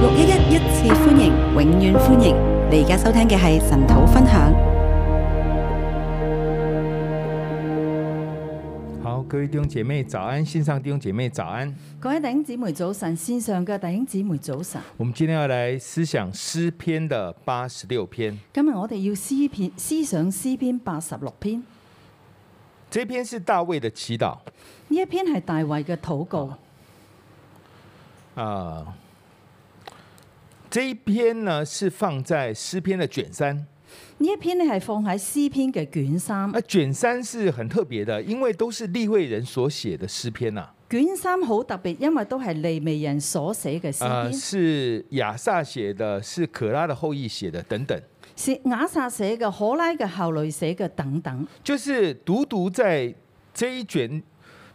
六一一一次歡迎，永遠歡迎！你而家收聽嘅係神土分享。好，各位弟兄姐妹早安，线上弟兄姐妹早安。各位弟兄姊妹早晨，線上嘅弟兄姊妹早晨。我们今天要来思想诗篇的八十六篇，今日我哋要思篇思想詩篇八十六篇，这篇是大卫的祈祷呢一篇係大衛嘅禱告。啊、呃这一篇呢是放在诗篇的卷三，呢一篇呢係放喺詩篇嘅卷三那，卷三是很特别的，因为都是立位人所写的诗篇呐、卷三好特別，因為都係利未人所寫嘅詩呃，篇，是亚萨写的，是可拉的后裔写的等等，是雅撒寫嘅、可拉嘅後裔寫嘅等等。就是独独在这一卷，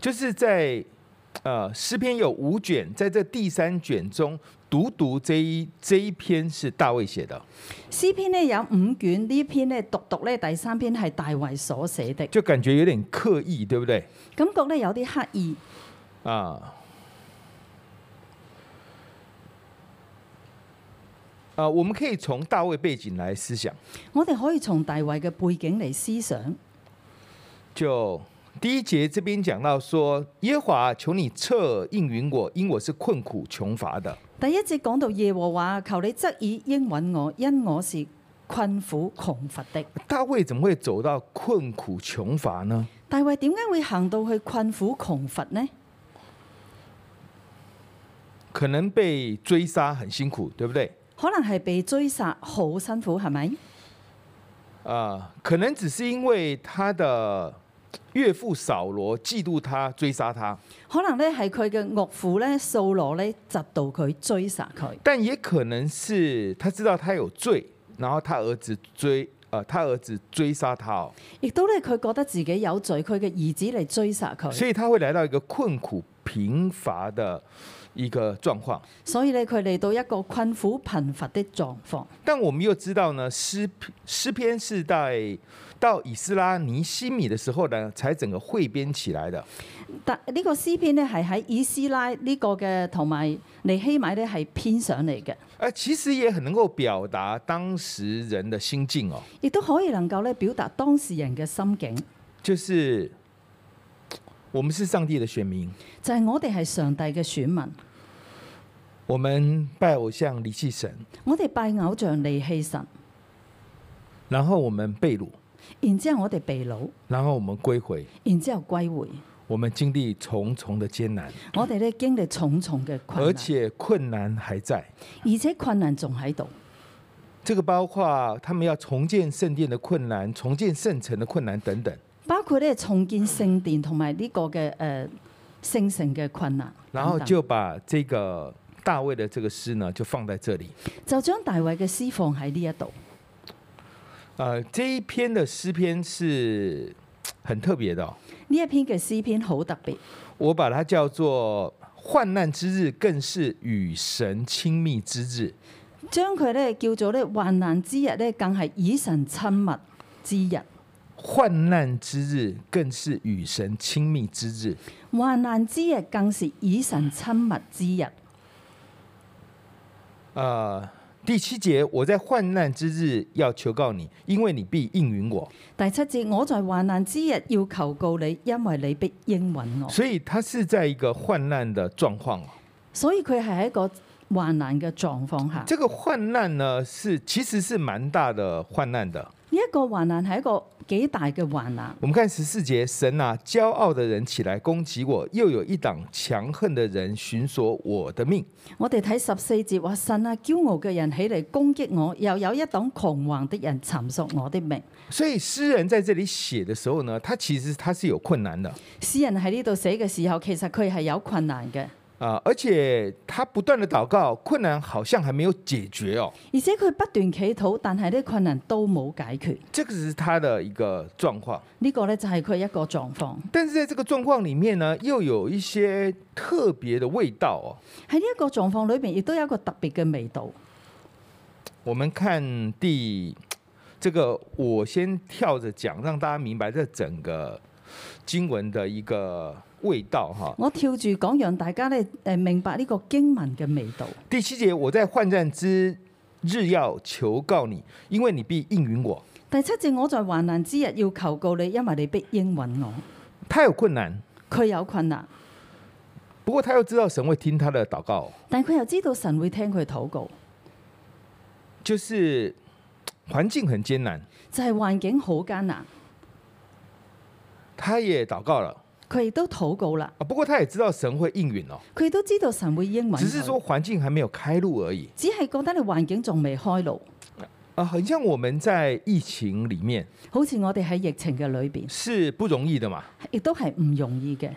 就是在呃诗篇有五卷，在这第三卷中，独独这一这一篇是大卫写的，詩篇呢有五卷，呢篇呢獨獨呢第三篇係大衛所寫的，就感觉有点刻意，对不对？感覺呢有啲刻意。啊。啊，我们可以从大卫背景来思想。我哋可以從大衛嘅背景嚟思想。就第一节这边讲到说，耶和华求你侧应允我，因我是困苦穷乏的。第一節講到耶和華，求你側耳應允我，因我是困苦窮乏的。大卫怎么会走到困苦穷乏呢？大衛點解會行到去困苦窮乏呢？可能被追杀很辛苦，对不对？可能係被追殺，好辛苦，係咪？啊、可能只是因为他的岳父扫罗嫉妒他，追杀他，可能咧係佢嘅岳父咧，掃羅咧窒到佢追殺佢。但也可能是他知道他有罪，然后他儿子追呃，他儿子追杀他哦，亦都咧佢覺得自己有罪，佢嘅兒子嚟追殺佢，所以他会来到一个困苦贫乏的一个状况。所以咧佢嚟到一個困苦貧乏的狀況。但我们又知道呢，诗诗篇是在到以斯拉尼西米的时候呢，才整个汇编起来的。但呢個詩篇咧係喺以斯拉呢個嘅同埋尼希米咧係編上嚟嘅。呃，其实也很能够表达当时人的心境哦，亦都可以能夠咧表達當事人嘅心境，就是我们是上帝的选民，就係、我哋係上帝嘅選民，我们拜偶像离弃神，我哋拜偶像離棄神，然后我们被掳，然之後我哋被掳，然後我们歸回，然之後歸回，我们經歷重重的艱難，我哋咧經歷重重嘅困而難，且困難還在。而且困難仲喺度，这个包括他们要重建圣殿的困難、重建圣城的困難等等。包括咧重建聖殿同埋呢個嘅誒、呃、聖城嘅困難等等。然後就把這個大衛的這個詩呢，就放在這裡。就將大衛嘅詩放喺呢一度。呃，這一篇的詩篇是很特別的哦、呢一篇嘅詩篇好特別，我把它叫做患難之日，更是與神親密之日。將佢咧叫做咧患難之日咧，更係以神親密之日。患難之日，更是與神親密之日。患難之日更是以神親密之日。呃，第七节，我在患难之日要求告你，因為你必应允我。第七節，我在患難之日要求告你，因為你必應允我。所以他是在一个患難的狀況哦。所以佢係喺一個患難嘅狀況下，呢这个患難呢，是其實是蠻大的患難的。一個患難係一個幾大嘅患難。我們看十四节，神啊，驕傲的人起來攻擊我，又有一黨強橫的人尋索我的命。我哋睇十四節話：神啊，驕傲嘅人起嚟攻擊我，又有一黨狂橫的人尋索我的命。所以詩人在這裡寫的時候呢，他其實他是有困難的詩人喺呢度寫嘅時候，其實佢係有困難嘅，啊、而且他不斷的禱告，困難好像還沒有解決哦。而且佢不斷祈禱，但係呢困難都冇解決。這個是他的一個狀況。呢、個呢，就係佢一個狀況。但是在这个状况里面呢，又有一些特别的味道哦。喺呢一個狀況裏面，亦都有一個特別嘅味道。我们看第这个，我先跳着讲，让大家明白这整个经文的一个味道哈。我跳住講，讓大家咧誒明白呢個經文嘅味道。第七节，我在患难之日要求告你，因为你必应允我。第七節，我在患難之日要求告你，因為你必應允我。他有困难，佢有困難，不过他又知道神会听他的祷告，但佢又知道神會聽佢禱告，就是嘖环境很艰难，就係、環境好艱難，他也祷告了佢亦都禱告啦，啊。不过他也知道神会应允哦，佢都知道神會應允佢。只是说环境还没有开路而已只係覺得你環境仲未開路，啊。很像我们在疫情里面好似我哋喺疫情嘅裏邊，是不容易的嘛亦都係唔容易嘅。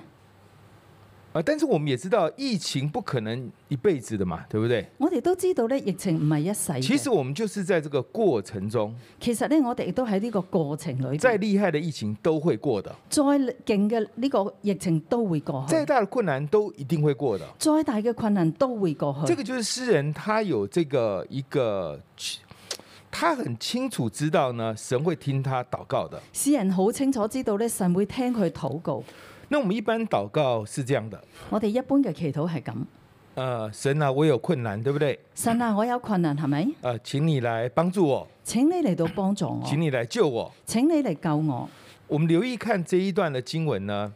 啊，但是我们也知道疫情不可能一辈子的嘛，对不对？我哋都知道咧，疫情唔係一世嘅。其實我們就是在這個過程中，其實咧，我哋亦都喺呢個過程裏邊，再厲害的疫情都會過的，再勁嘅呢個疫情都會過去，再大的困難都一定會過的。再大嘅困難都會過這去。個就是詩人他有這個一個，他很清楚知道呢，神會聽他禱告的。詩人好清楚知道咧，神會聽佢禱告。那我們一般禱告是這樣的，我哋一般嘅祈禱係咁：呃，神啊，我有困難，對不對？神啊，我有困難，係咪？呃，請你來幫助我，請你嚟到幫助我，請你來救我。請你嚟救我。我們留意看這一段的經文呢，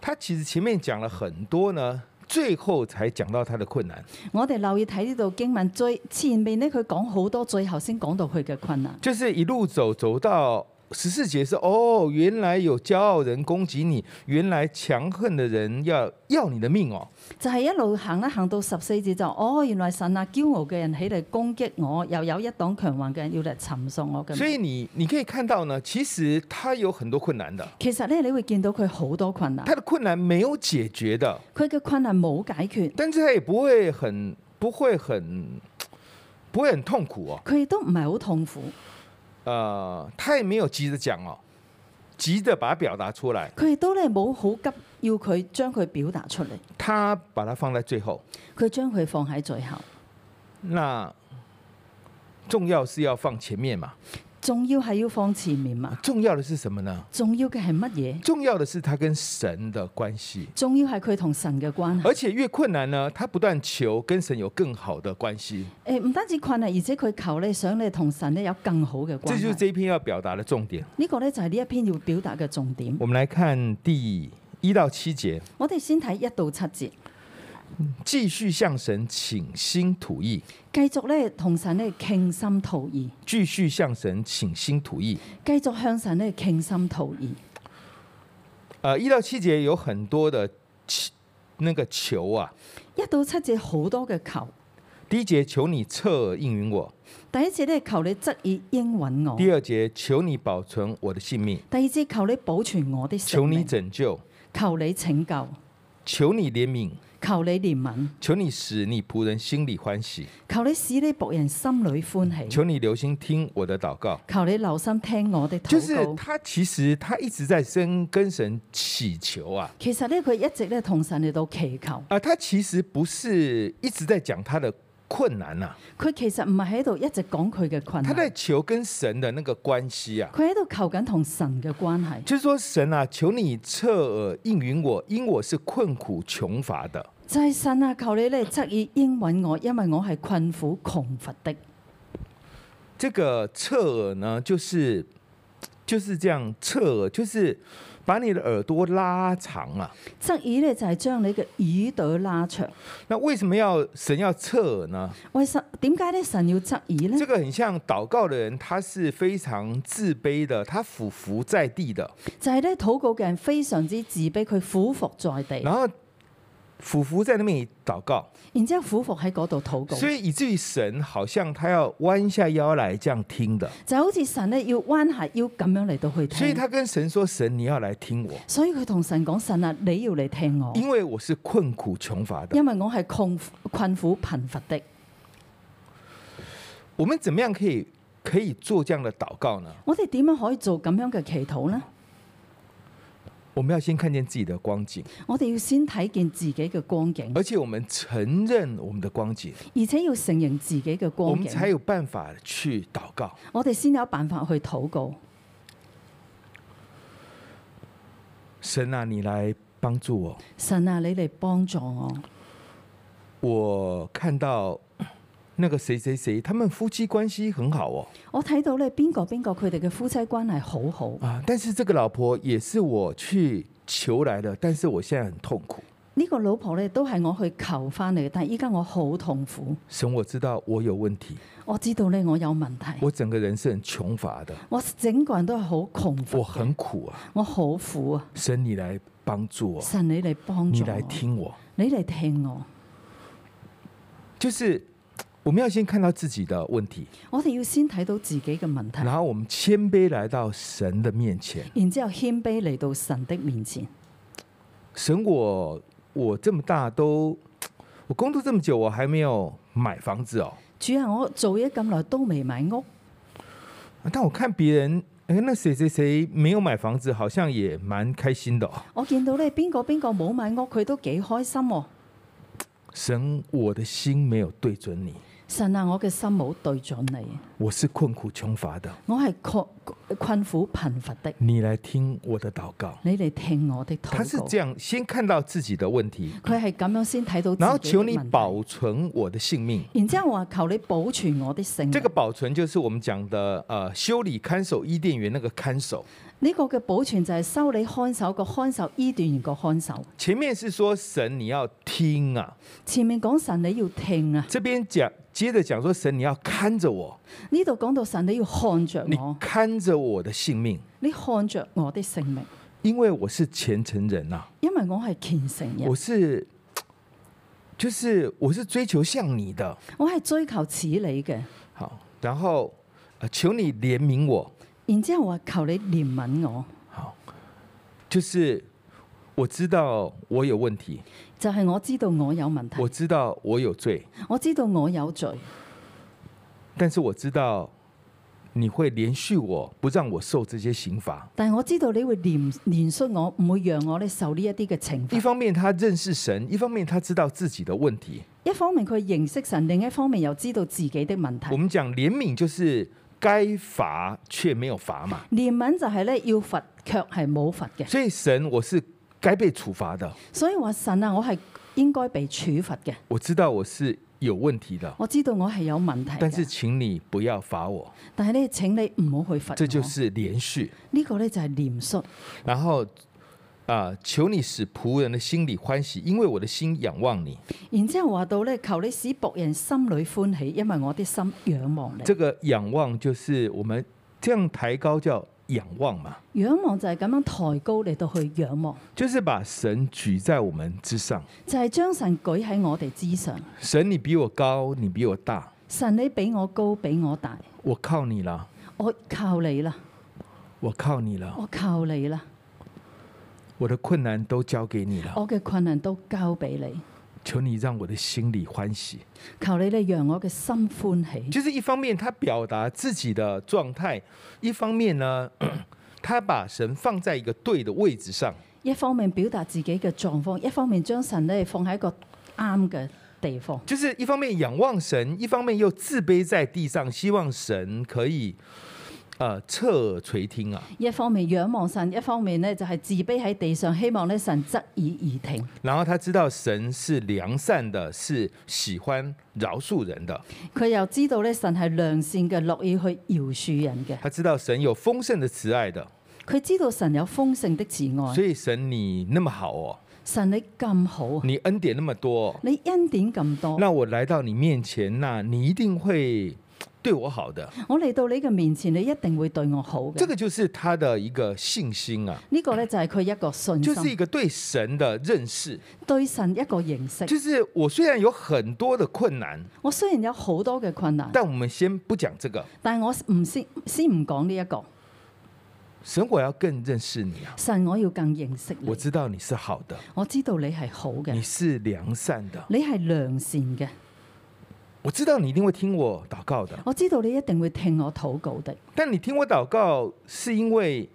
他其實前面講了很多呢，最後才講到他的困難。我哋留意睇呢度經文，最前面咧佢講好多，最後先講到佢嘅困難。就是一路走走到十四节是哦，原来有骄傲人攻击你，原来强横的人要要你的命哦。就係一路行啦，行到十四節就哦，原來神啊，驕傲嘅人起嚟攻擊我，又有一黨強橫嘅人要嚟尋索我嘅所命。以你你可以看到呢，其实他有很多困難的，其實咧，你會見到佢好多困難，他的困難没有解決的，佢嘅困難冇解決，但是他也不会很不会很不会很痛苦哦。佢亦都唔係好痛苦，呃，他也没有急着讲哦，急着把它表達出來，佢亦都咧冇好急要佢將佢表達出嚟，他把它放在最後。佢將佢放喺最後，那重要是要放前面嘛？重要係要放前面嘛，重要的是什么呢？重要嘅係乜嘢？重要的是他跟神的关系，重要係佢同神嘅關係。而且越困难呢，他不断求跟神有更好的关系，誒唔單止困難，而且佢求你想你同神咧有更好嘅關这就係。是这一篇要表达的重点。呢個咧就係呢一篇要表達嘅重點。我们来看第一到七节，我哋先睇一到七節。继续向神倾心吐意，繼續咧同神咧傾心吐意，继续向神倾心吐意。繼續向神咧傾心吐意。呃，一到七节有很多的祈那个求啊，一到七節好多嘅求，第一节求你侧耳应允我，第一節咧求你質疑應允我，第二节求你保存我的性命，第二節求你保存我的求性你命，拯救，求你拯救，求你怜悯，求你憐憫，求你使你仆人心里欢喜。求你使你僕人心裏歡喜，求你留心听我的祷告。求你留心聽我的就禱是告。他其实他一直在跟跟神祈求啊其實咧，佢一直咧同神嚟到祈求，啊，他其实不是一直在讲他的困难呐、啊佢其實唔係喺度一直講佢嘅困他難，在求跟神的那个關係啊。佢喺度求緊同神嘅關係。就是说，神啊，求你侧耳应允我，因我是困苦穷乏的。就係神啊，求你咧側耳應允我，因為我係困苦窮乏的。这个侧耳呢，就是就是这样侧耳，就是把你的耳朵拉长啊。側耳咧就係將你嘅耳朵拉長。那为什么要神要侧耳呢？為神點解咧神要側耳这咧？个很像祷告的人，他是非常自卑的，他俯伏在地的，就係咧禱告嘅人非常之自卑，佢俯伏在地，然后俯伏在那边祷告，然之後俯伏喺嗰度禱告，所以以至于神好像他要彎下腰来这样听的，就好似神咧要彎下腰咁樣嚟到去所以聽。他跟神说：“神，你要来听我，所以佢同神講：神啊，你要嚟聽我，因为我是困苦穷乏的。因為我係窮困苦貧乏的。”我们怎么样可以可以做这样的祷告呢？我哋點樣可以做咁樣嘅祈禱呢？我们要先看见自己的光景，我哋要先睇見自己嘅光景，而且我们承认我们的光景，而且要承認自己嘅我光们景。才有办法去祷告。我哋先有辦法去禱告。神啊，你来帮助我。神啊，你嚟幫助我。我看到那个谁谁谁，他们夫妻关系很好哦，我睇到咧邊個邊個佢哋嘅夫妻關係好好，啊，但是这个老婆也是我去求来的，但是我现在很痛苦。呢、個老婆咧都係我去求翻嚟嘅，但係依家我好痛苦，神，我知道我有问题，我知道咧我有問題，我整个人是很穷乏的，我整個人都係好窮我乏，很苦啊。我好苦啊！神，你来帮助我，神你嚟幫你助来我，听我。你嚟聽我。就是我们要先看到自己的问题，我哋要先睇到自己嘅問題，然后我们谦卑来到神的面前。然之後謙卑嚟到神的面前。神我，我这么大都，我工作这么久，我还没有买房子哦。主啊，我做嘢咁耐都未買屋，但我看别人，哎，那谁谁谁没有买房子，好像也蛮开心的、哦。我見到咧邊個邊個冇買屋，佢都幾開心喎、神，我的心没有对准你，神啊，我嘅心冇對準你，我是困苦穷乏的，我係困困苦貧乏的，你来听我的祷告。你嚟聽我的禱他是告。这样，先看到自己的问题，佢係咁樣先睇到然后自己求嘅你問題保存我的性命。然之後我話求你保存我的性这命。个保存就是我们讲的呃修理看守伊甸园那个看守。呢個嘅保存就係收你看守個看守伊段園個看守。前面是说神你要听啊，前面講神你要聽啊，这边讲接着讲说神你要看着我，呢度講到神你要看着你我，看着我的性命，你看着我的性命，因为我是虔诚人呐、啊，因為我係虔誠我人，是就是我是追求像你的，我係追求此理嘅。好，然后呃求你怜悯我，然之後我話求你憐憫我，好，就是我知道我有问题，就係、我知道我有問題我，知道我有罪，我知道我有罪，但是我知道你会连续我，不让我受这些刑罚。但係我知道你會憐憐恤我，唔會讓我咧受呢一啲嘅懲罰一。方面他认识神，一方面他知道自己的问题。一方面佢認識神，另一方面又知道自己的問我題。们讲怜悯就是该罚却没有罚嘛，憐憫就係咧要罰，卻係冇罰嘅。所以神我是该被处罚的，所以話神啊，我係應該被處罰嘅。我知道我是有问题的，我知道我係有問題但是嘅，请你不要罚我，但係咧請你唔好去罰我。这就是连续。呢個咧就係憐恤。然后啊、求你使仆人的心里欢喜，因为我的心仰望你。然之後話到咧，求你使仆人心裏歡喜，因為我啲心仰望你。这个仰望就是我们这样抬高叫仰望嘛。仰望就係咁樣抬高嚟到去仰望，就是把神举在我们之上。就係、將神舉喺我哋之上。神，你比我高，你比我大，神你比我高，比我大，我靠你了，我靠你啦，我靠你了，我靠你啦，我的困难都交给你了。我嘅困難都交俾你。求你让我的心里欢喜。求你咧，讓我嘅心歡喜。就是一方面他表达自己的状态，一方面呢， 他把神放在一个对的位置上。一方面表達自己嘅狀況，一方面將神咧放喺一個啱嘅地方。就是一方面仰望神，一方面又自卑在地上，希望神可以呃侧耳垂听啊。一方面仰望神，一方面咧就係自卑喺地上，希望咧神側耳而聽。然后他知道神是良善的，是喜欢饶恕人的。佢又知道咧神係良善嘅，樂意去饒恕人嘅。他知道神有丰盛的慈爱的，佢知道神有豐盛的慈所愛，以神你那么好哦，神你咁好啊，你恩典那么多哦，你恩典咁多，那我来到你面前，那你一定会对我好的。我嚟到你嘅面前，你一定會對我好这嘅。个就是他的一个信心啊，呢個咧就係佢一個信就是一心，个对神的认识。對神一個認識。就是我雖然有很多的困难，我雖然有好多嘅困難，但我们先不讲这个，但我唔先先唔講呢一個。神我要更认识你啊。神，我要更認識你我。知道你是好的，我知道你係好嘅你，是良善的，你係良善嘅。我知道你一定会听我祷告的。我知道你一定會聽我禱告的。但你听我祷告，是因为，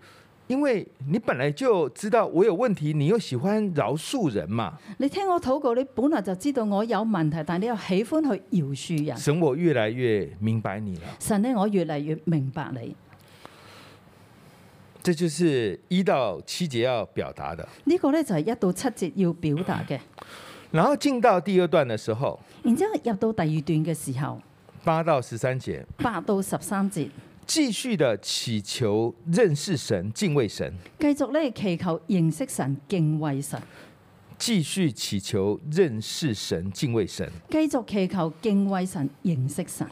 因为你本来就知道我有问題，你又喜歡饶恕人嘛。你聽我禱告，你本來就知道我有問題，但你又喜歡去饒恕人。神，我越来越明白你了。神呢，我越嚟越明白你。这就是一到七节要表达的。呢個呢，就係一到七節要表達嘅。然后进到第二段的时候，然之後入到第二段嘅時候，八到十三节八到十三節继续的祈求认识神、敬畏神，繼續呢，祈求認識神、敬畏神，继续祈求认识神、敬畏神。繼續祈求敬畏神、認識神。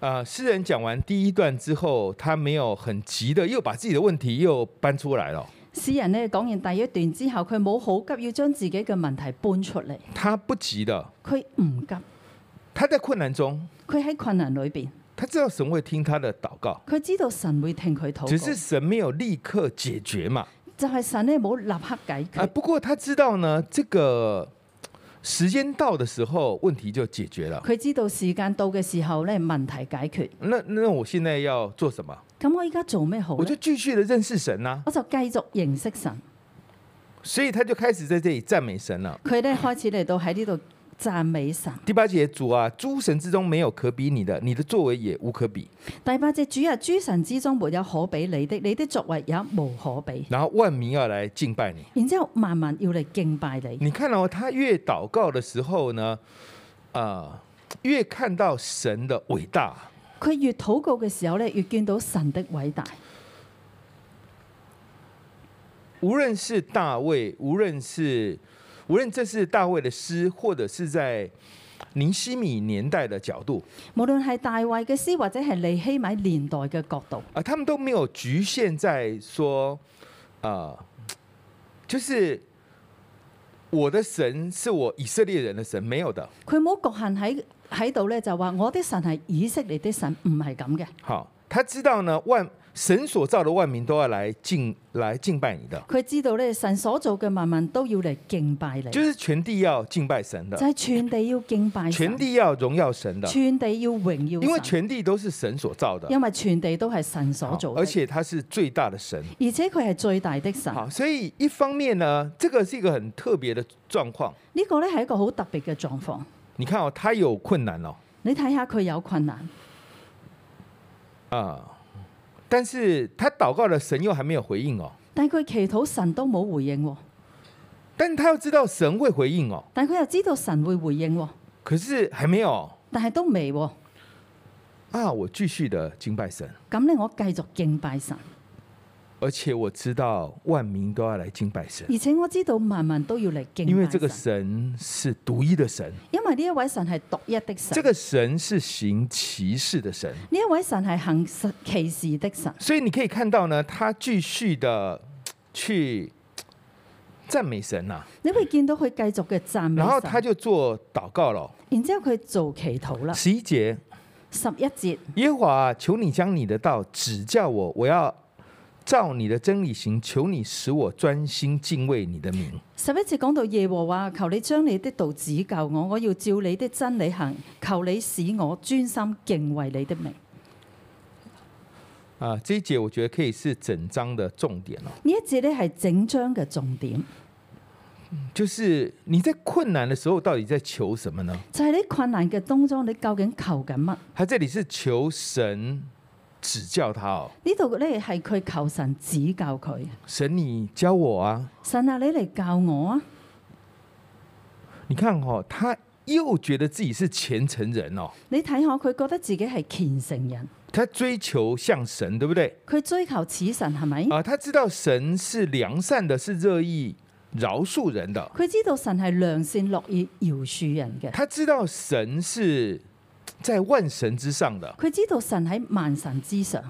啊、诗人讲完第一段之后，他没有很急的又把自己的问题又搬出来了。詩人呢講完第一段之後，佢冇好急要將自己嘅問題搬出嚟，他不急的，佢唔急，他在困难中，佢喺困難裏邊，他知道神会听他的祷告，佢知道神會聽佢禱只是告，神没有立刻解决嘛。就係神呢冇立刻解啊，決。不过他知道呢，这个时间到的时候，问题就解决了。佢知道時間到嘅時候咧，問題解決。那那我现在要做什么？咁我依家做咩好我就咧？继续的认识神呐、我就繼續認識神。所以他就开始在这里赞美神了。佢咧開始嚟到喺呢度讚美神。第八节，主啊，诸神之中没有可比你的，你的作为也无可比。第八隻主啊，諸神之中沒有可比你的，你的作為也無可比。然后万民要来敬拜你。然之後慢慢要嚟敬拜你。你看到、哦、他越祷告的时候呢，啊、越看到神的伟大。佢越禱告嘅時候咧，越見到神的偉大。无论是大卫，无论是无论这是大卫的诗，或者是在尼西米年代的角度無論係大衛嘅詩，或者係尼希米年代嘅角度，啊、他们都没有局限在说啊、就是我的神是我以色列人的神，没有的。佢冇局限喺喺度咧，就話我的神係以色列的神，唔係咁嘅。好，他知道呢万神所造的万民都要来敬来敬拜你的，佢知道咧，神所做嘅萬民都要嚟敬拜你，就就是全地要敬拜神的，係全地要敬拜神全地要荣耀神的，全地要榮耀神，因为全地都是神所造的，因為全地都係神所好做的，而且他是最大的神。而且佢係最大的神。好，所以一方面呢，这个是一个很特别的状况。呢個咧係一個好特別嘅狀況。你看哦，他有困難哦，你睇下佢有困難，啊、但是他祷告了，神又还没有回應哦。但係佢祈禱神都冇回應喎。但是他又知道神会回應哦，但係佢又知道神會回應喎，可是还没有哦但係都未喎。啊！我繼續的敬拜神，咁咧，我繼續敬拜神，而且我知道萬民都要來敬拜神，而且我知道萬民都要嚟敬因為拜這個神，神是獨一的神，因為呢一位神係獨一的神這，個神是行奇事的神。呢一位神係行實奇事的神。所以你可以看到呢，他繼續的去讚美神啊你呐、會見到佢繼續嘅讚美然後他神，就做禱告了。然之後佢做祈禱啦。十一节，十一節，耶和华，求你将你的道指教我，我要照你的真理行。求你使我专心敬畏你的名。十一節講到耶和華，求你將你的道指教我，我要照你的真理行，求你使我專心敬畏你的名。啊，这一节我觉得可以是整章的重点哦，呢一節咧係整章嘅重點，就是你在困难的时候到底在求什么呢？就係、你困難嘅當中，你究竟求緊乜？他这里是求神指教他哦，呢度咧係佢求神指教佢，神你教我啊！神啊，你嚟教我啊！你看哦，他又觉得自己是虔诚人哦，你睇下佢覺得自己係虔誠人，他追求像神，对不对？佢追求此神係咪？啊、他知道神是良善的，是乐意饶恕人的。佢知道神係良善樂意饒恕人嘅，他知道神是在万神之上的，佢知道神喺萬神之上，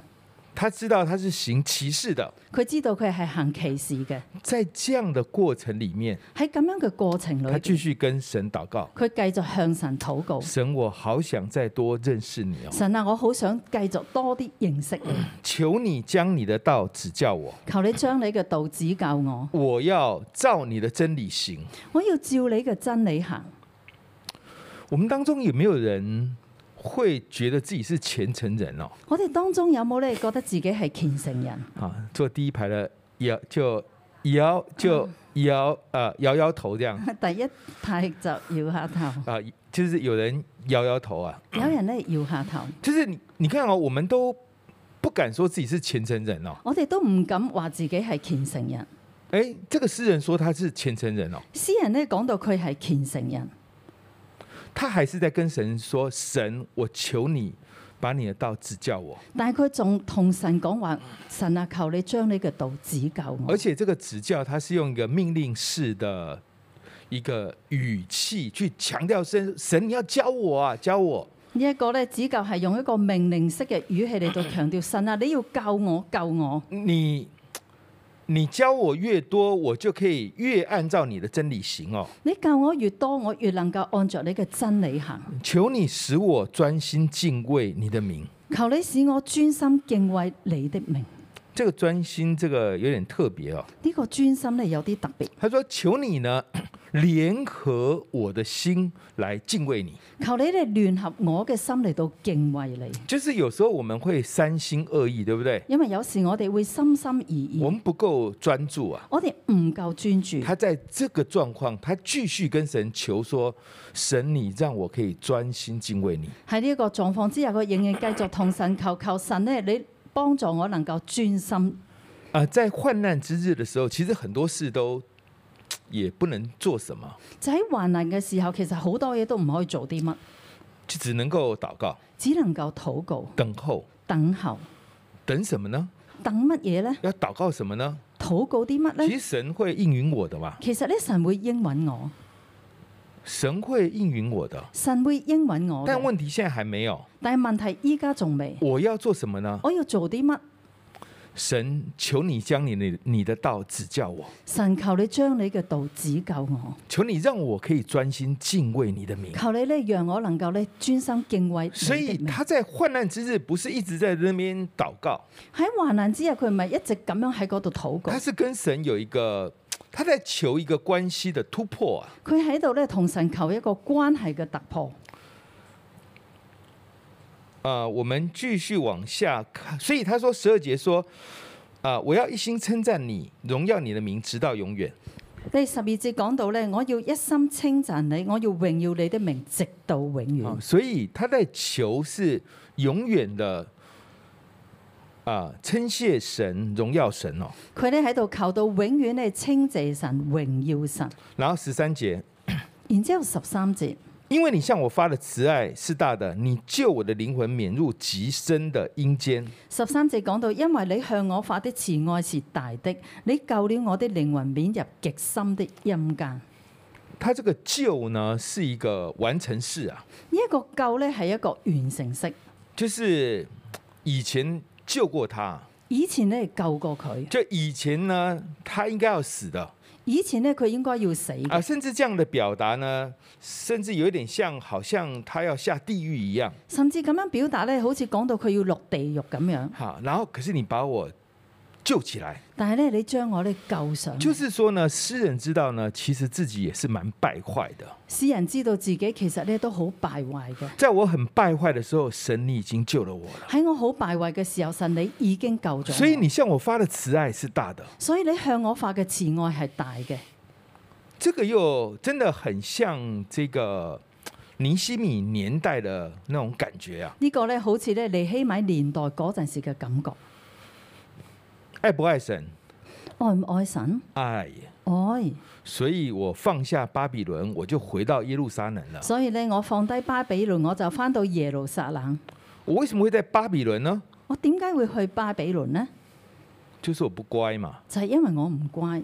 他知道他是行歧视的。佢知道佢係行歧視嘅。在這樣的過程裡面，喺咁樣嘅過程裏他繼邊，續跟神禱告佢繼續向神禱：“告。神，我好想再多認識你哦，神啊，我好想繼續多啲認識 你，求你將你的道指教我，求你將你嘅道指教我，我要照你的真理行。我要照你嘅真理行。”我們當中有沒有人會覺得自己是虔誠人哦？我哋當中有冇咧覺得自己係虔誠人？ 啊，坐第一排的搖就搖就搖呃搖搖頭這樣第一派就搖下頭，啊、就是有人搖搖頭啊。有人咧搖下頭。就是你，你看哦，我们都不敢说自己是虔诚人哦。我哋都唔敢話自己係虔誠人。诶，这个诗人说他是虔诚人哦，詩人呢講到佢係虔誠人，他还是在跟神说：“神，我求你把你的道指教我。但係佢仲同神講話：神啊，求你將你嘅道指教”我而。且这个指教，他是用一个命令式的一个语气去强调神：“神，你要教我啊，教我。呢一個咧指教係用一個命令式嘅語氣嚟到強調神啊，你要救我，救我。你你教我越多，我就可以越按照你的真理行哦。你教我越多，我越能夠按着你嘅真理行。求你使我专心敬畏你的名。”求你使我專心敬畏你的名。这个专心，这个有点特别哦。呢、個个专心咧有啲特別，他说：“求你呢，联合我的心来敬畏你。求你哋聯合我嘅心嚟到敬畏你，”就是有时候我们会三心二意，对不对？因為有時我哋會心心而我意，们不够专注啊。我哋唔夠專注。他在这个状况，他继续跟神求说：“神，你让我可以专心敬畏你。喺呢一個狀況之下，佢仍然繼續同神求求神咧，你幫助我能夠專心。”啊，在患难之日的时候，其实很多事都也不能做什么，就喺患難嘅時候，其實好多嘢都唔可以做啲乜，就只能够祷告、只能夠禱告、等候。等候。等什么呢？等乜嘢呢？要祷告什么呢？禱告啲乜其呢？实神会应允我的嘛，其實咧，神會應允我，神会应允我的。神會應允我嘅。但问题现在还没有，但係問題依家仲未，我要做什么呢？我要做啲乜？神，求你将你的你的道指教我，神求你將你嘅道指教我，求你让我可以专心敬畏你的名。求你咧讓我能夠咧專心敬畏你所以的名。他在患难之日不是一直在那边祷告，喺患難之日，佢唔係一直咁樣喺嗰度禱告他，是跟神有一个，他在求一个关系的突破啊。佢喺度咧同神求一個關係嘅突破。呃，我们继续往下看，所以他说十二节说，啊、我要一心称赞你，荣耀你的名，直到永远。第十二節講到咧，我要一心稱讚你，我要榮耀你的名，直到永遠。啊，所以他在求是永远的啊，称谢神、荣耀神哦。佢咧喺度求到永遠咧稱謝神、榮耀神。然后十三节，然之後十三節，因为你向我发的慈爱是大的，你救我的灵魂免入极深的阴间。十三節講到，因為你向我發的慈愛是大的，你救了我的靈魂免入極深的陰間。他这个救呢，是一个完成式啊，呢一個救咧係一個完成式。就是以前救过他，以前咧救過佢，就以前呢，他應該要死的以前咧佢應該要死嘅啊，甚至这样的表达呢，甚至有一点像好像他要下地狱一样。甚至咁樣表達咧，好似講到佢要落地獄咁樣。好，然后可是你把我救起来，但係咧，你將我咧救上。就是说呢，诗人知道呢，其实自己也是蛮败坏的。詩人知道自己其實咧都好敗壞嘅。在我很败坏的时候，神你已經救了我了，喺我好敗壞嘅時候，神你已經救咗我。所以你向我發的慈愛是大的。所以你向我發嘅慈愛係大嘅。这个又真的很像这个尼西米年代的那种感觉啊，呢個咧好似咧尼希米年代嗰陣時嘅感覺，爱不爱神？愛唔愛神？爱。愛，所以我放下巴比伦，我就回到耶路撒冷了。所以咧我放低巴比倫，我就翻到耶路撒冷。我为什么会在巴比伦呢？我點解會去巴比倫呢？就是我不乖嘛，就係、因為我唔乖，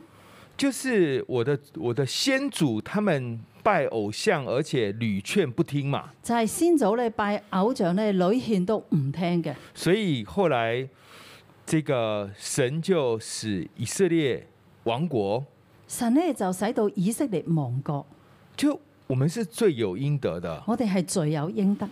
就是我的我的先祖他们拜偶像，而且屡劝不听嘛，就係、先祖咧拜偶像咧，女獻都唔聽嘅，所以后来这个神就使以色列王国，神咧就使到以色列亡國。就我们是罪有应得的。我哋係罪有應得，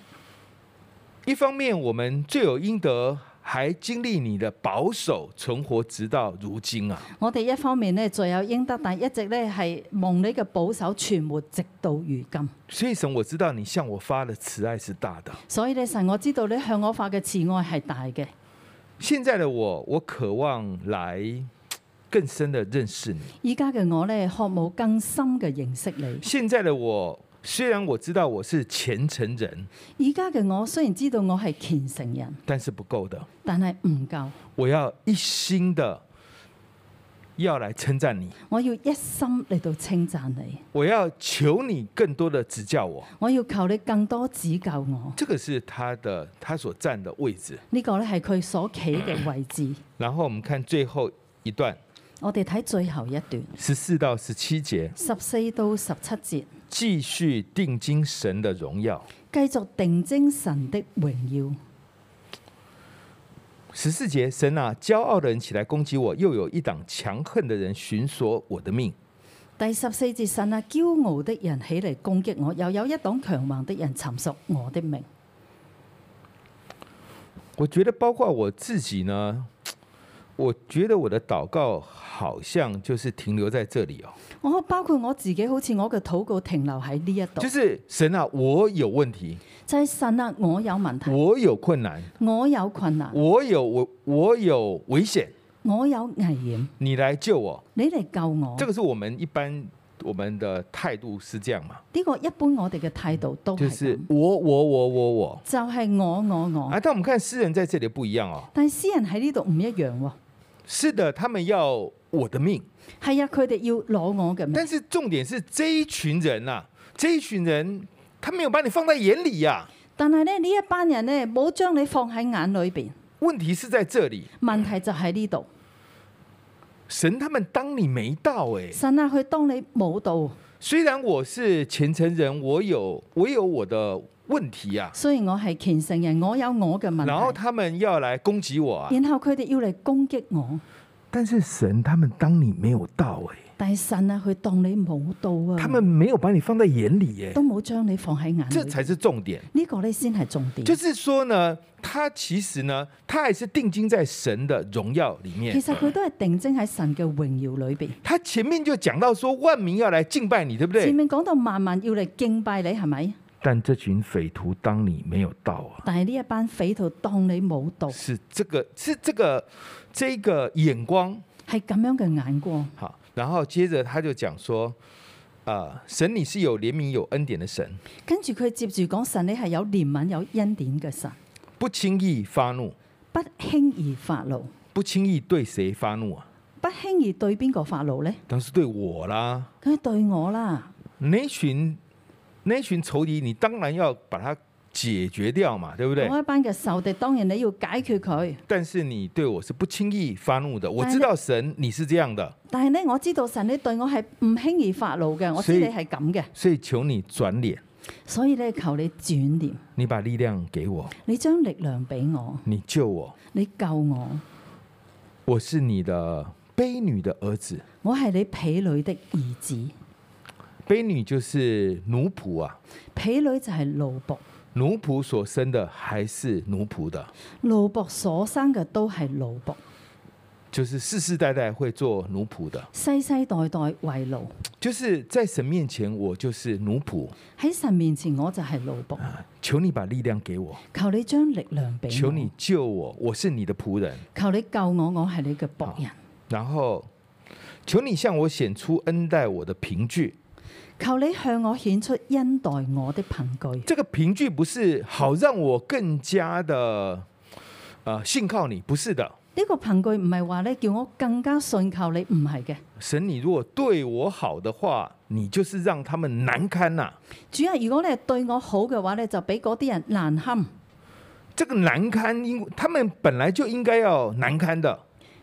一方面我们罪有应得，还经历你的保守存活直到如今啊。我哋一方面咧罪有應得，但一直咧係蒙你嘅保守存活，直到如今。所以神，我知道你向我发的慈爱是大的。所以咧神，我知道你向我發嘅慈愛係大嘅。现在的我，我渴望来更深的认识你。依家嘅我咧，渴慕更深嘅認識你。现在的我，虽然我知道我是虔诚人，而家嘅我雖然知道我係虔誠人，但是不够的，但係唔夠，我要一心的要来称赞你，我要一心嚟到稱讚你，我要求你更多的指教我。我要求你更多指教我。这个是他的他所站的位置。呢、個咧係佢所企嘅位置。然后我们看最后一段我哋睇最後一段，十四到十七节，十四到十七節，继续定睛神的荣耀。繼續定睛神的榮耀。十四节，神啊，骄傲的人起来攻击我，又有一党强横的人寻索我的命。第十四節，神啊，驕傲的人起嚟攻擊我，又有一黨強橫的人尋索我的命。我觉得，包括我自己呢，我觉得我的祷告好像就是停留在这里哦，我包括我自己，好似我嘅禱告停留喺呢一度就，是神啊，我有问题，就係神啊，我有問題，我有困难，我有困難，我有我我有危险，我有危險，你来救我。你嚟救我。这个是我们一般我们的态度是这样嘛，呢個一般我哋嘅態度都就係是咁，我我我我我就係我我我。啊。但我们看诗人在这里不一样哦，但係詩人喺呢度唔一樣喎，是的，他们要我的命，係啊，佢哋要攞我嘅命但，是重点是这一群人呐、这一群人他没有把你放在眼里啊呀、但係咧呢一班人咧冇將你放喺眼裏邊，问题是在這里，問題就喺呢度。神他们当你没到哎、神啊，佢當你冇到。虽然我是虔诚人，我有我有我的问题啊，雖然我係虔誠人，我有我嘅問然後題，他们要来攻擊我啊，然後佢哋要嚟攻擊我，但是神他们当你没有到哎、但係神啊，佢當你冇到啊，他们没有把你放在眼里耶、都冇將你放喺眼这裏，才是重点。呢個咧先係重點。就是说呢，他其实呢，他还是定睛在神的荣耀里其面。實佢都係定睛喺神嘅榮耀裏邊。他前面就讲到说，万民要来敬拜你，对不前对？面講到萬萬要嚟敬拜你係咪？但这群匪徒当你没有到啊，但係呢一班匪徒當你冇到，是这个，是这个，这个眼光係咁樣嘅眼光。好。然后接着他就讲说，啊、神你是有怜悯有恩典的神，跟住佢接住講神，你係有憐憫有恩典嘅神，不轻易发怒，不輕易發怒，不轻易对谁发怒啊？不輕易對邊個發怒呢？当时对我啦，梗係對我啦。那一群那一群仇敌，你当然要把它解决掉嘛，对不对？嗰一班嘅仇敵，當然你要解決佢。但是你对我是不轻易发怒的，我但知道神你是这样的，但係咧，我知道神你對我係唔輕易發怒嘅，我知所以你係咁嘅，所以求你转脸，所以咧求你轉念，你把力量给我，你將力量俾我，你救我，你救我，我是你的卑女的儿子，我係你婢女的兒子，卑女就是奴仆啊，婢女就係奴仆，奴仆所生的还是奴仆的，奴仆所生嘅都係奴仆，就是世世代代会做奴仆的，世世代代為奴。就是在神面前我就是奴仆，喺神面前我就係奴仆，求你把力量给我。求你將力量俾求你我，救我，我是你的仆人。求你救我，我係你嘅仆啊人，然后，求你向我显出恩待我的凭据。求你向我顯出恩待我的憑據。这个凭据不是好让我更加的呃信靠你，不是的。呢個憑據唔係話咧叫我更加信靠你，唔係嘅。神，你如果对我好的话，你就是让他们难堪呐、主啊，如果你係對我好嘅話咧，就俾嗰啲人難堪。这个难堪，因为他们本来就应该要难堪的。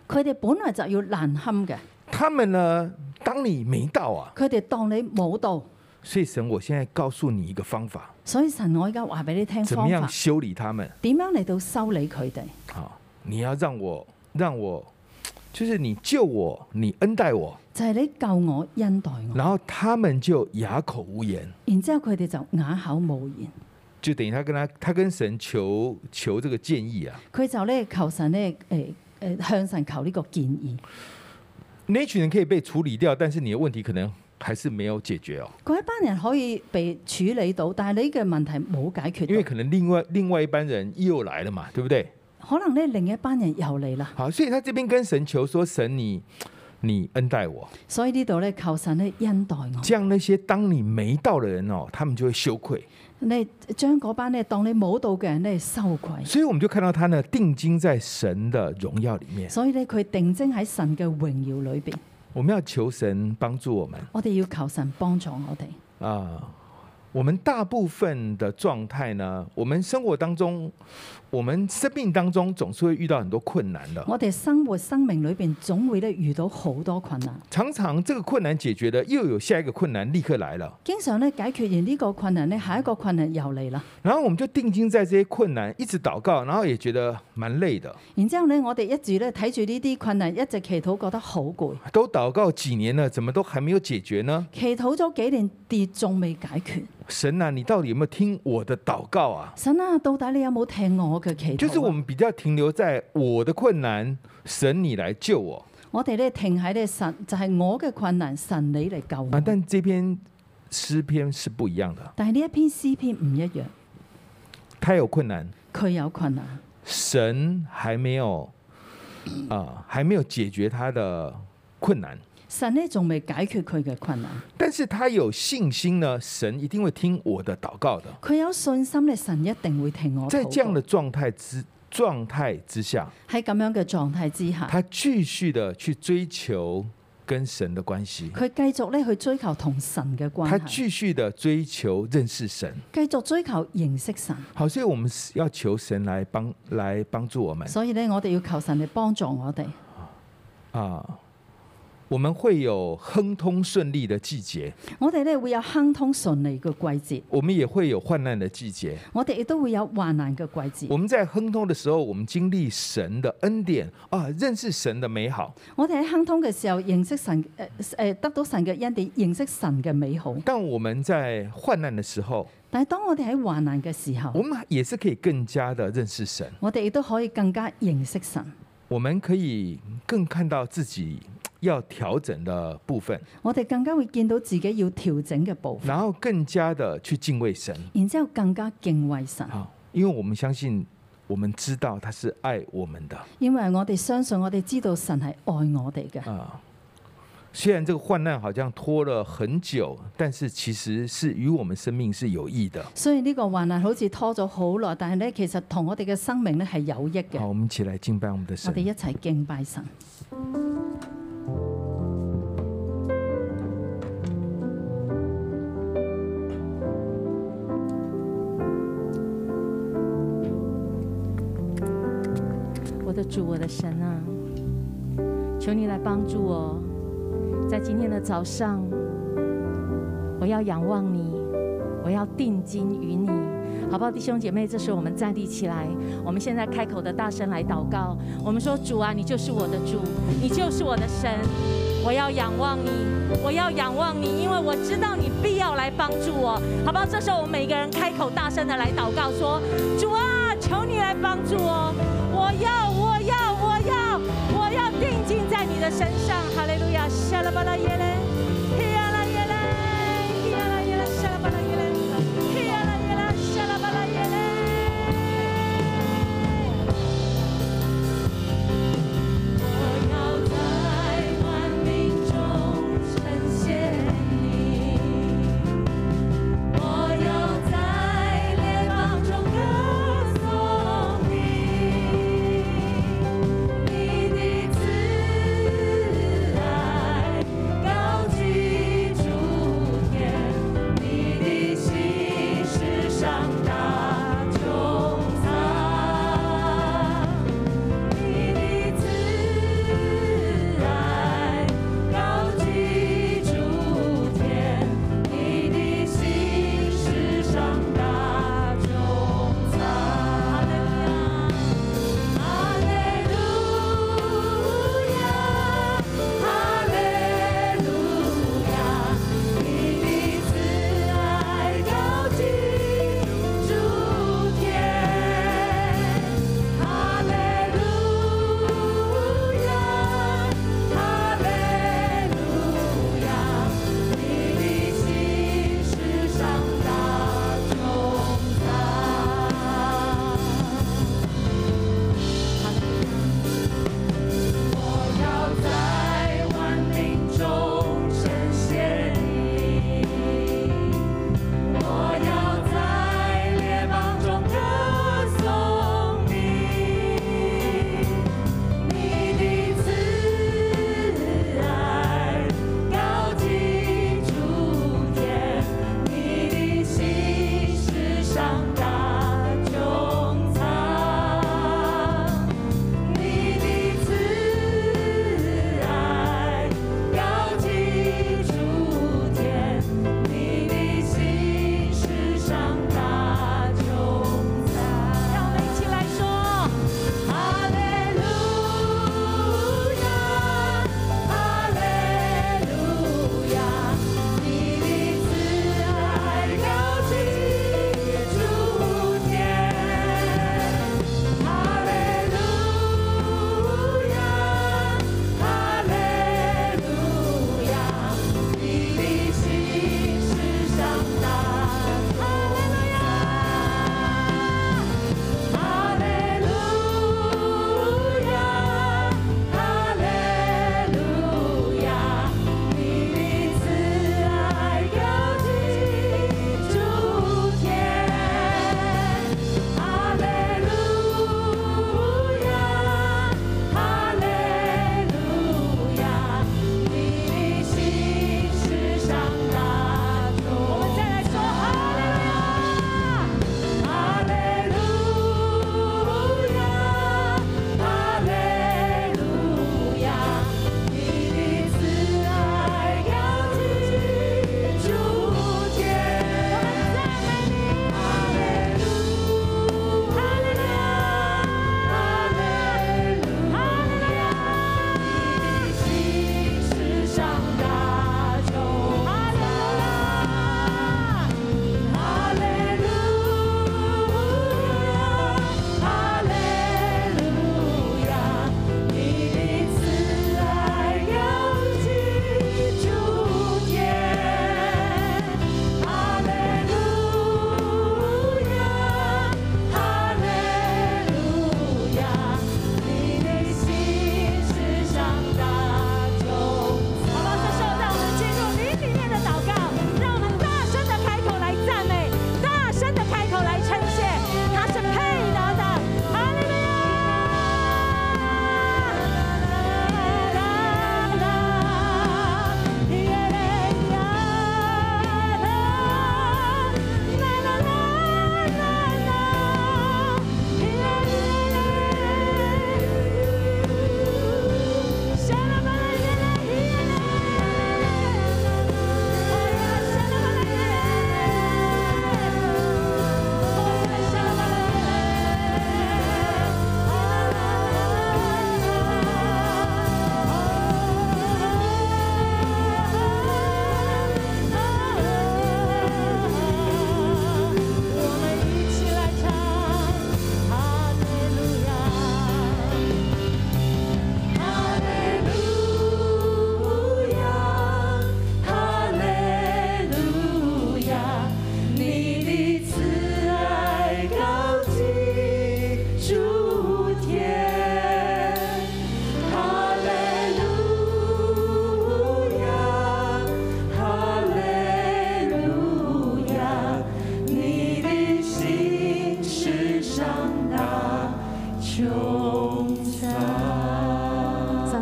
佢哋本來就要難堪嘅，他们呢，当你没到啊，佢哋當你冇到，所以神，我现在告诉你一个方法，所以神我而家話俾你聽怎方么样法，修理他们。點樣嚟到修理佢哋？好，你要让我让我，就是你救我，你恩待我，就係你救我，恩待我，然后他们就哑口无言，然之後佢哋就啞口無言，就等于他跟他他跟神求求这个建议啊。佢就咧求神咧誒誒向神求呢個建議。那一群人可以被处理掉，但是你的问题可能还是没有解决哦，嗰一班人可以被處理到，但係你嘅問題冇解因決为到，可能另外另外一班人又来了嘛，对不对？可能咧另一班人又嚟啦。好，所以他这边跟神求说：“神你，你你恩待我。所以呢度咧求神咧恩待我。这样那些当你没到的人哦，他们就会羞愧。你將嗰班咧當你冇到嘅人咧羞愧，所以我们就看到他呢定睛在神的荣耀里面。所以咧佢定睛喺神嘅榮耀裏邊。我们要求神帮助我们我哋要求神幫助我哋。啊、我们大部分的状态呢，我们生活当中，我们生命当中总是会遇到很多困难的。我哋生活生命裏邊總會咧遇到好多困難，常常这个困难解决了，又有下一个困难立刻来了，經常咧解決完呢個困難咧，下一個困難又嚟啦。然后我们就定睛在这些困难，一直祷告，然后也觉得蛮累的。然之後咧，我哋一直咧睇住呢啲困難，一直祈禱，覺得好攰。都祷告几年了，怎么都还没有解决呢？祈禱咗幾年，跌仲未解決。神啊，你到底有没有听我的祷告啊？神啊，到底你有冇聽我嘅祈禱啊？就是我们比较停留在我的困难，神你来救我我哋咧停喺咧神，就係、我嘅困難，神你嚟救啊。我。但这篇诗篇是不一样的，但係呢一篇詩篇唔一樣，他有困难，佢有困難，神还没有啊、还没有解决他的困难，神呢仲未解決佢嘅困難。但是他有信心呢，神一定会听我的祷告的。佢有信心咧，神一定會聽我禱告。在这样的状态之状态之下，喺咁樣嘅狀態之下，他继续的去追求跟神的关系，佢繼續咧去追求同神嘅關他係，继续的追求认识神。繼續追求認識神。好，所以我们是要求神来帮来帮助我们所以咧，我哋要求神嚟幫助我哋。啊。我们会有亨通顺利的季节，我哋咧會有亨通順利嘅季節，我们也会有患难的季节。我哋亦都會有患難嘅季節。我们在亨通的时候，我们经历神的恩典啊，认识神的美好。我哋喺亨通嘅時候認識神，誒、誒、得到神嘅恩典，認識神嘅美好。但我们在患难的時候，但係當我哋喺患難嘅時候，我们也是可以更加的认识神，我哋亦都可以更加認識神。我们可以更看到自己要调整的部分，我哋更加會見到自己要調整嘅部分，然后更加的去敬畏神然之後更加敬畏神，啊，因为我们相信，我们知道他是爱我们的因為我哋相信我哋知道神係愛我哋嘅。啊。虽然这个患难好像拖了很久，但是其实是与我们生命是有益的。雖然呢個患難好似拖咗好耐，但係咧其實同我哋嘅生命咧係有益嘅好，。我们一起来敬拜我们的我神哋。一齊敬拜神。我的主，我的神啊，求你来帮助我，在今天的早上，我要仰望你，我要定睛于你，好不好，弟兄姐妹？这时候我们站立起来，我们现在开口的大声来祷告，我们说：主啊，你就是我的主，你就是我的神，我要仰望你，我要仰望你，因为我知道你必要来帮助我，好不好？这时候我们每个人开口大声的来祷告说：主啊，求你来帮助我。我要，我要，我要，我要定睛在你的身上。哈利路亚，沙拉巴拉耶嘞，嘿呀啦耶嘞，嘿呀啦耶嘞，沙拉巴拉耶嘞，嘿呀啦耶嘞，沙拉巴拉耶嘞。我要在万民中呈现你，我要在列邦中歌颂你，你的慈爱高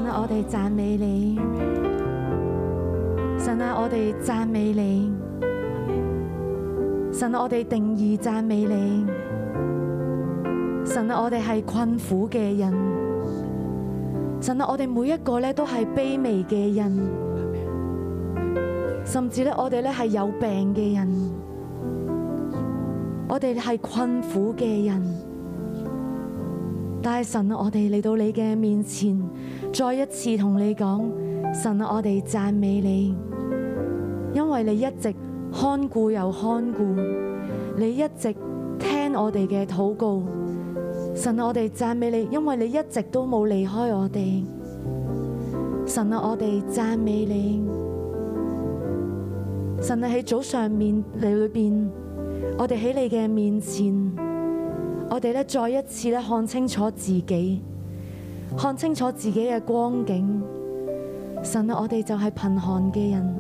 啊哋讚美你，神啊，我哋讚美你，神啊，我哋定義讚美你，神啊，我哋係困苦嘅人，神啊，我哋每一個咧都係卑微嘅人，甚至咧我哋咧係有病嘅人，我哋係困苦嘅人。但系神啊，我哋嚟到你嘅面前，再一次同你講，神啊，我哋讚美你，因為你一直看顧又看顧，你一直聽我哋嘅禱告。神啊，我哋讚美你，因為你一直都冇離開我哋。神啊，我哋讚美你。神啊，喺早上面你裏邊，我哋喺你嘅面前。我哋咧再一次咧看清楚自己，看清楚自己嘅光景。神啊，我哋就係貧寒嘅人，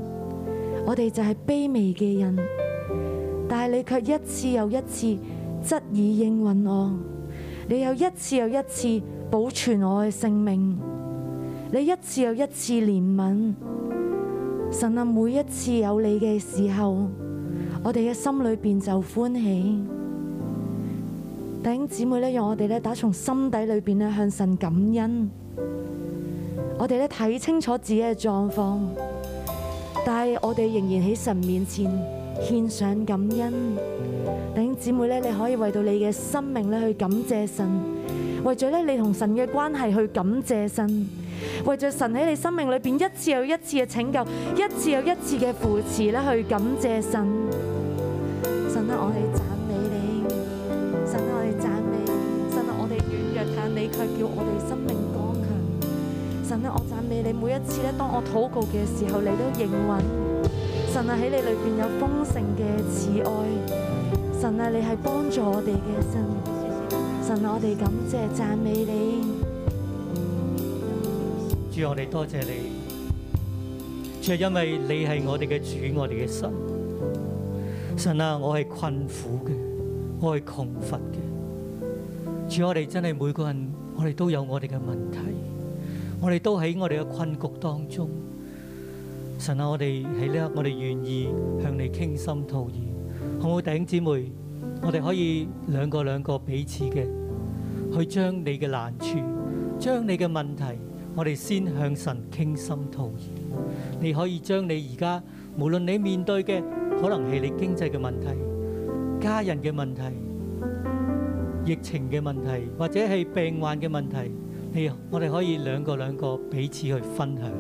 我哋就係卑微嘅人，但係你卻一次又一次質疑應允我，你又一次又一次保存我嘅性命，你一次又一次憐憫。神啊，每一次有你嘅時候，我哋嘅心裏邊就歡喜。弟兄姊妹咧，讓我哋咧打從心底裏邊咧向神感恩。我哋咧睇清楚自己嘅狀況，但係我哋仍然喺神面前獻上感恩。弟兄姊妹咧，你可以為到你嘅生命咧去感謝神，為咗咧你同神嘅關係去感謝神，為咗神喺你生命裏邊一次又一次嘅拯救，一次又一次嘅扶持咧去感謝神。神啊，我哋讚美你。神啊，我哋讚美你，神啊，我哋軟弱，但你卻叫我哋生命剛強。神啊，我讚美你，每一次咧，當我禱告嘅時候，你都應允。神啊，喺你裏邊有豐盛嘅慈愛。神啊，你係幫助我哋嘅神。神啊，我哋感謝讚美你。主，我哋多謝你。主，啊因為你係我哋嘅主，我哋嘅神。神啊，我係困苦嘅，我係窮乏嘅。主，我哋真係每個人，我哋都有我哋嘅問題，我哋都喺我哋嘅困局當中。神啊，我哋喺呢一刻，我哋願意向你傾心吐意，好唔好？弟兄姊妹，我哋可以兩個兩個彼此嘅去將你嘅難處，將你嘅問題，我哋先向神傾心吐意。你可以將你而家無論你面對嘅，可能係你經濟嘅問題、家人嘅問題、疫情嘅問題，或者係病患嘅問題，你我哋可以兩個兩個彼此去分享。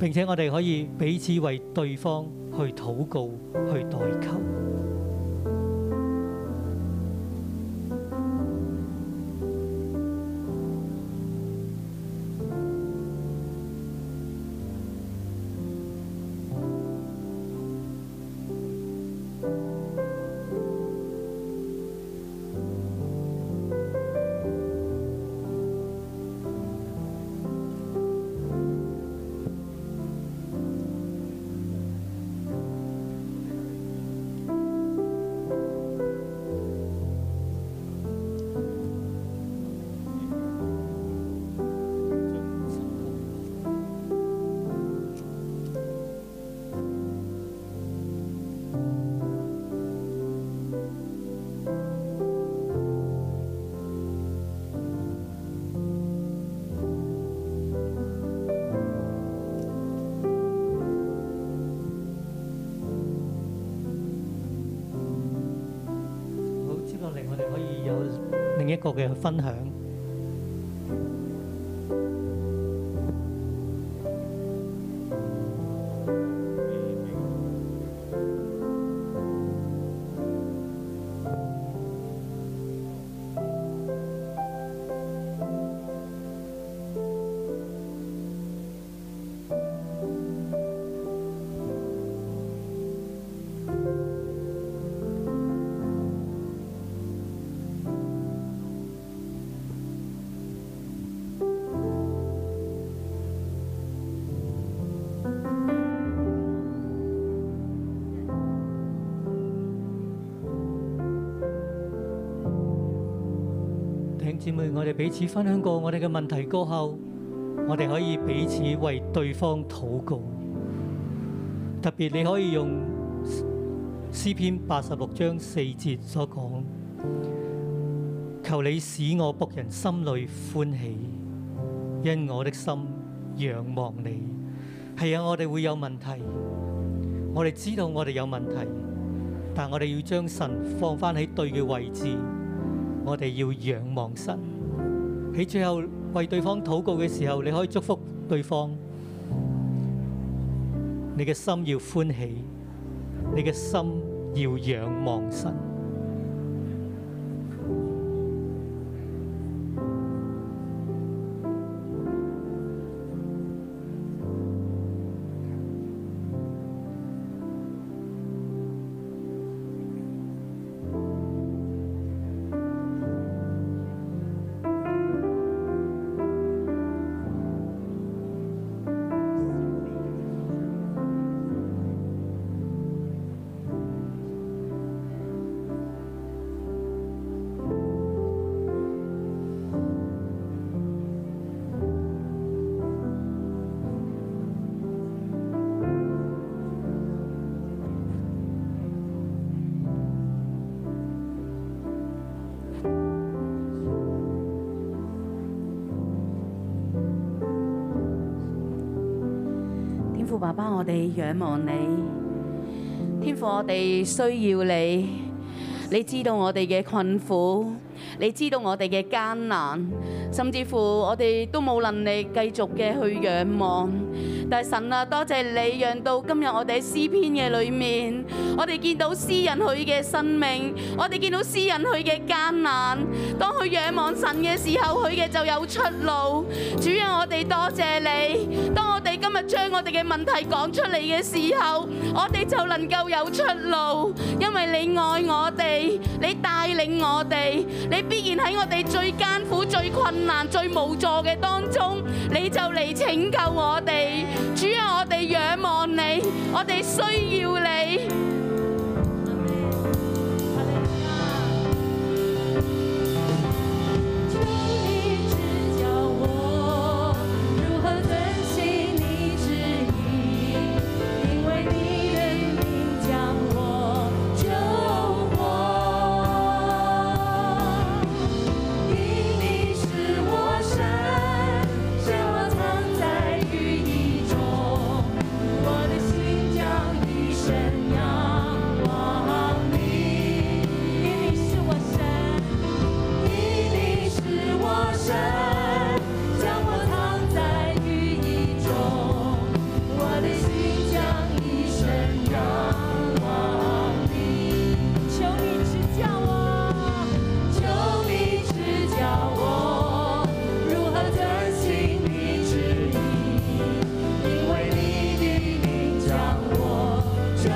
並且我哋可以彼此為對方去禱告、去代求。好，接落嚟我哋可以有另一個嘅分享。弟兄姊妹，我哋彼此分享過我哋嘅問題過後，我哋可以彼此為對方禱告。特別你可以用詩篇八十六章四節所講：求你使我僕人心裏歡喜，因我的心仰望你。係啊，我哋會有問題，我哋知道我哋有問題，但我哋要將神放翻喺對嘅位置，我哋要仰望神。喺最後為對方禱告嘅時候，你可以祝福對方，你嘅心要歡喜，你嘅心要仰望神。天父爸爸，我哋仰望你，天父我哋需要你，你知道我哋嘅困苦，你知道我哋嘅艱難，甚至乎我哋都冇能力繼續嘅去仰望。但係神啊，多謝你讓到今日我哋喺詩篇嘅裏面，我哋見到詩人佢嘅生命，我哋見到詩人佢嘅艱難。當佢仰望神嘅時候，佢嘅就有出路。主啊，我哋多謝你。當我哋今日將我哋嘅問題講出嚟嘅時候，我哋就能夠有出路，因為你愛我哋，你帶領我哋，你必然喺我哋最艱苦、最困難、最無助嘅當中，你就嚟拯救我哋。主啊，我哋仰望你，我哋需要你。求你指教我如何遵行你旨意，因为你的名将我救活。因你是我神，使我藏在雨衣中，我的心将一生仰望你。因你是我神。因你是我神，将我藏在羽翼中，我的心将一生仰望你。求你指教我，求你指教我，如何遵行你旨意，因为你的名将我救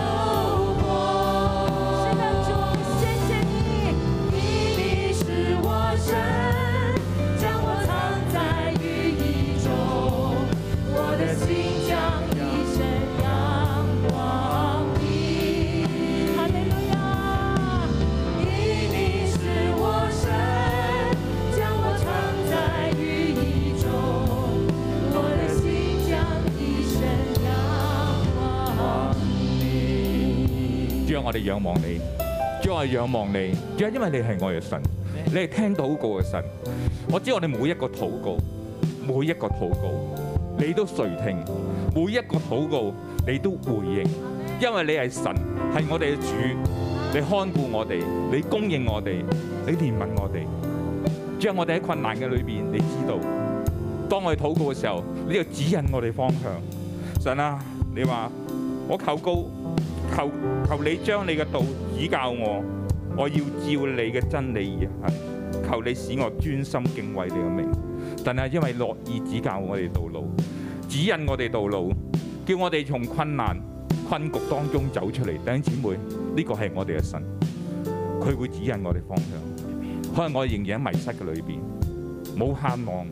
活。神啊，主，谢谢你。因你是我神，将我藏在羽翼中，我的心将一生仰望你。哈利路亚！因你是我神，将我藏在羽翼中，我的心将一生仰望你。主啊，我哋仰望你，主啊，我哋仰望你，主啊，因為你係我嘅神，你係聽禱告嘅神。我知我哋每一個禱告，每一個禱告，你都垂聽；每一個禱告，你都回應，因為你係神，係我哋嘅主，你看顧我哋，你供應我哋，你憐憫我哋。主啊，我哋喺困難嘅裏邊，你知道，當我哋禱告嘅時候，你就指引我哋方向。神啊，你話我求告。求求你將你嘅道指教我，我要照你嘅真理而行。求你使我專心敬畏你嘅名。但係因為樂意指教我哋道路，指引我哋道路，叫我哋從困難困局當中走出嚟。弟兄姊妹，呢、個係我哋嘅神，佢會指引我哋方向。可能我哋仍然喺迷失嘅裏邊，冇盼望、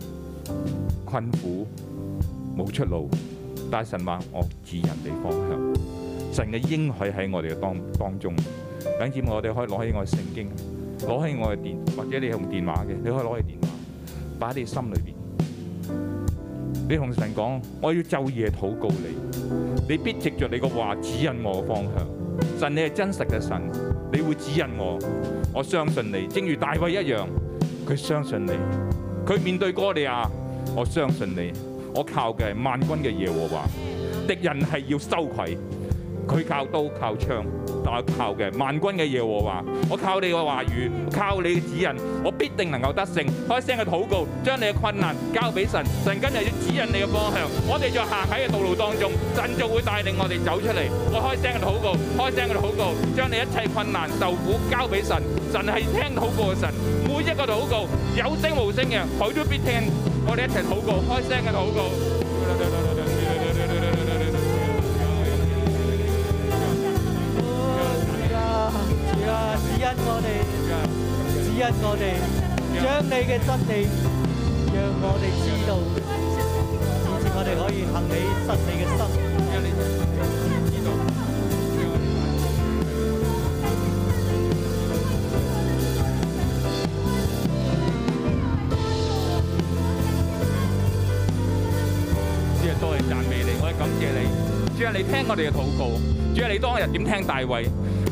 困苦、冇出路，但係神話我指引你方向。神嘅應許喺我哋嘅當當中。等姊妹，我哋可以攞起我嘅聖經，攞起我嘅電，或者你用電話嘅，你可以攞起電話，擺喺你心裏邊。你同神講，我要晝夜禱告你，你必藉着你個話指引我嘅方向。神，你係真實嘅神，你會指引我，我相信你。正如大衛一樣，佢相信你，佢面對哥利亞，我相信你，我靠嘅係萬軍嘅耶和華。敵人係要羞愧，佢靠刀靠槍，但我靠嘅係萬軍嘅耶和華，我靠你嘅話語，靠你嘅指引，我必定能夠得勝。開聲嘅禱告，將你嘅困難交俾神，神今日要指引你嘅方向，我哋就行喺嘅道路當中，神就會帶領我哋走出嚟。我開聲嘅禱告，開聲嘅禱告，將你一切困難受苦交俾神，神係聽禱告嘅神，每一個禱告有聲無聲嘅，佢都必聽。我哋一齊禱告，開聲嘅禱告。主啊，主啊，指引我哋，指引我哋，將你嘅真理讓我哋知道，以致我哋可以行你真理嘅心。主啊，多謝讚美你，我哋感謝你。主啊，你聽我哋嘅禱告。主啊，你當日點聽大衛？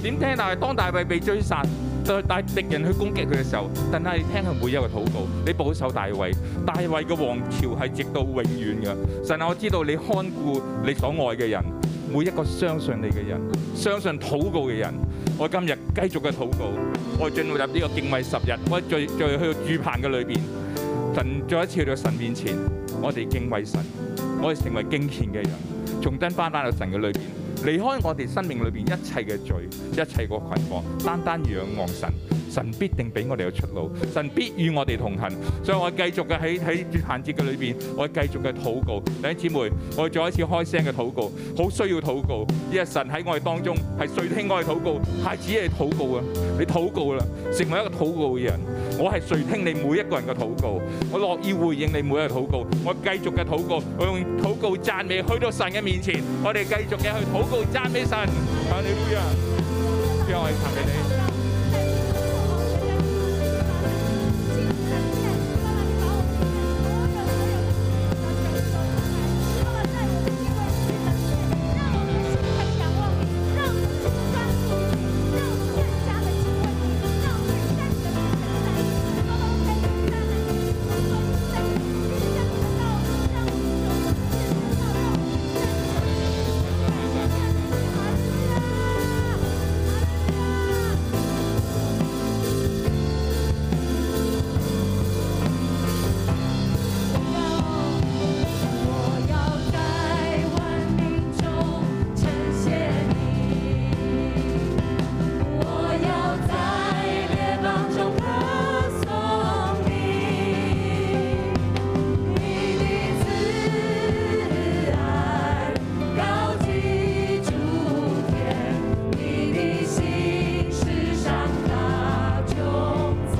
點聽大衛？當大衛被追殺，對大敵人去攻擊佢嘅時候，但係你聽佢每一個禱告，你保守大衛。大衛嘅王朝係直到永遠嘅。神啊，我知道你看顧你所愛嘅人，每一個相信你嘅人，相信禱告嘅人。我今日繼續嘅禱告，我進入呢個敬畏十日，我聚聚去到住棚嘅裏邊，神再一次去到神面前，我哋敬畏神。我哋成為敬虔嘅人，重新翻返到神嘅裏邊，離開我哋生命裏邊一切嘅罪、一切個捆綁，單單仰望神，神必定俾我哋有出路，神必與我哋同行。所以我繼續嘅喺喺節限節嘅裏邊，我繼續嘅禱告，弟兄姊妹，我哋再一次開聲嘅禱告，好需要禱告，因為神喺我哋當中係垂聽我哋禱告，孩子你禱告啊，你禱告啦，成為一個禱告嘅人，我係垂聽你每一個人嘅禱告。我樂意回應你每一個禱告，我繼續嘅禱告，我用禱告讚美去到神嘅面前，我哋繼續嘅去禱告讚美神，哈利路亞，讓我哋讚美你。我要在万民中呈现你，我要在列邦中歌颂你，你的慈爱高举诸天，你的心事上大穹苍。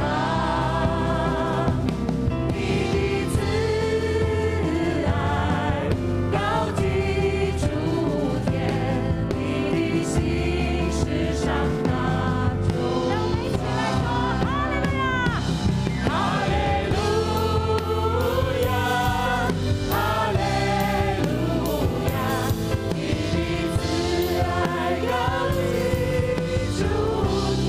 你的慈爱高举诸天，你的心事上大众。让我们一起来说哈利路亚，哈利路亚，哈利路亚。你的慈爱高举诸天。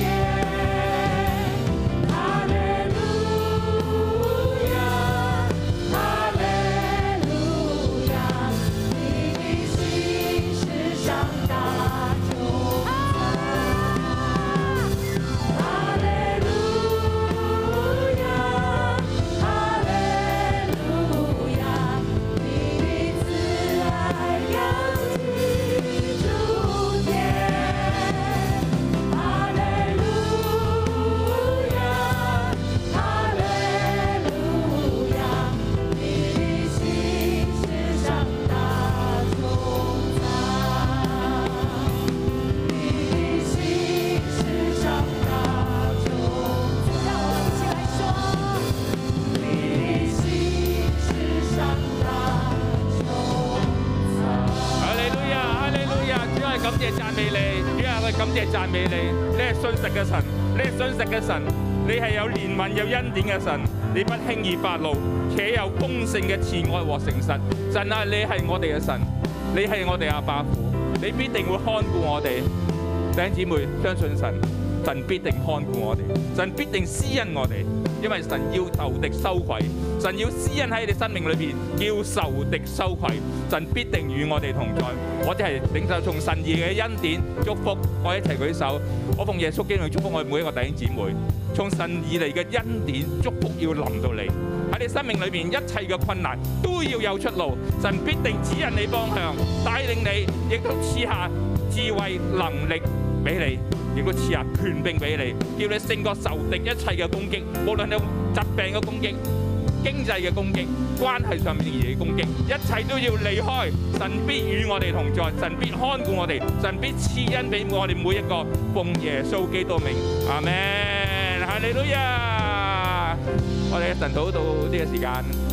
哈利路亚，哈利路亚，你的心事上大众啊！哈利路亚，哈利路亚，你的慈爱高举诸天。哈利路亚，哈利路亚，你的心事上大颂赞，你的心事上大颂赞。让我们一起来说，你的心事上大颂赞。哈利路亞，哈利路亞！主啊，感謝讚美你，主啊，我哋感謝讚美你，你係信實嘅神，你係信實嘅神，你係有憐憫有恩典嘅神，你不輕易發怒，且有公正嘅慈愛和誠實。神啊，你係我哋嘅神，你係我哋阿爸父，你必定會看顧我哋。弟兄姊妹，相信神，神必定看顧我哋，神必定施恩我哋，因為神要仇敵羞愧，神要施恩喺你生命裏邊，要仇敵羞愧，神必定與我哋同在。我哋係領受從神而嘅恩典祝福，我一齊舉手，我奉耶穌基督祝福我哋每一個弟兄姊妹，從神而嚟嘅恩典祝福要臨到你。喺你生命裏面一切嘅困難都要有出路，神必定指引你方向，帶領你，亦都賜下智慧能力俾你，亦都賜下權柄俾你，叫你勝過仇敵一切嘅攻擊，無論係疾病嘅攻擊、經濟嘅攻擊、關係上面嘅攻擊，一切都要離開。神必與我哋同在，神必看顧我哋，神必賜恩俾我哋每一個。奉耶穌基督名，阿門。哈利路亞！我哋嘅神禱到呢個時間。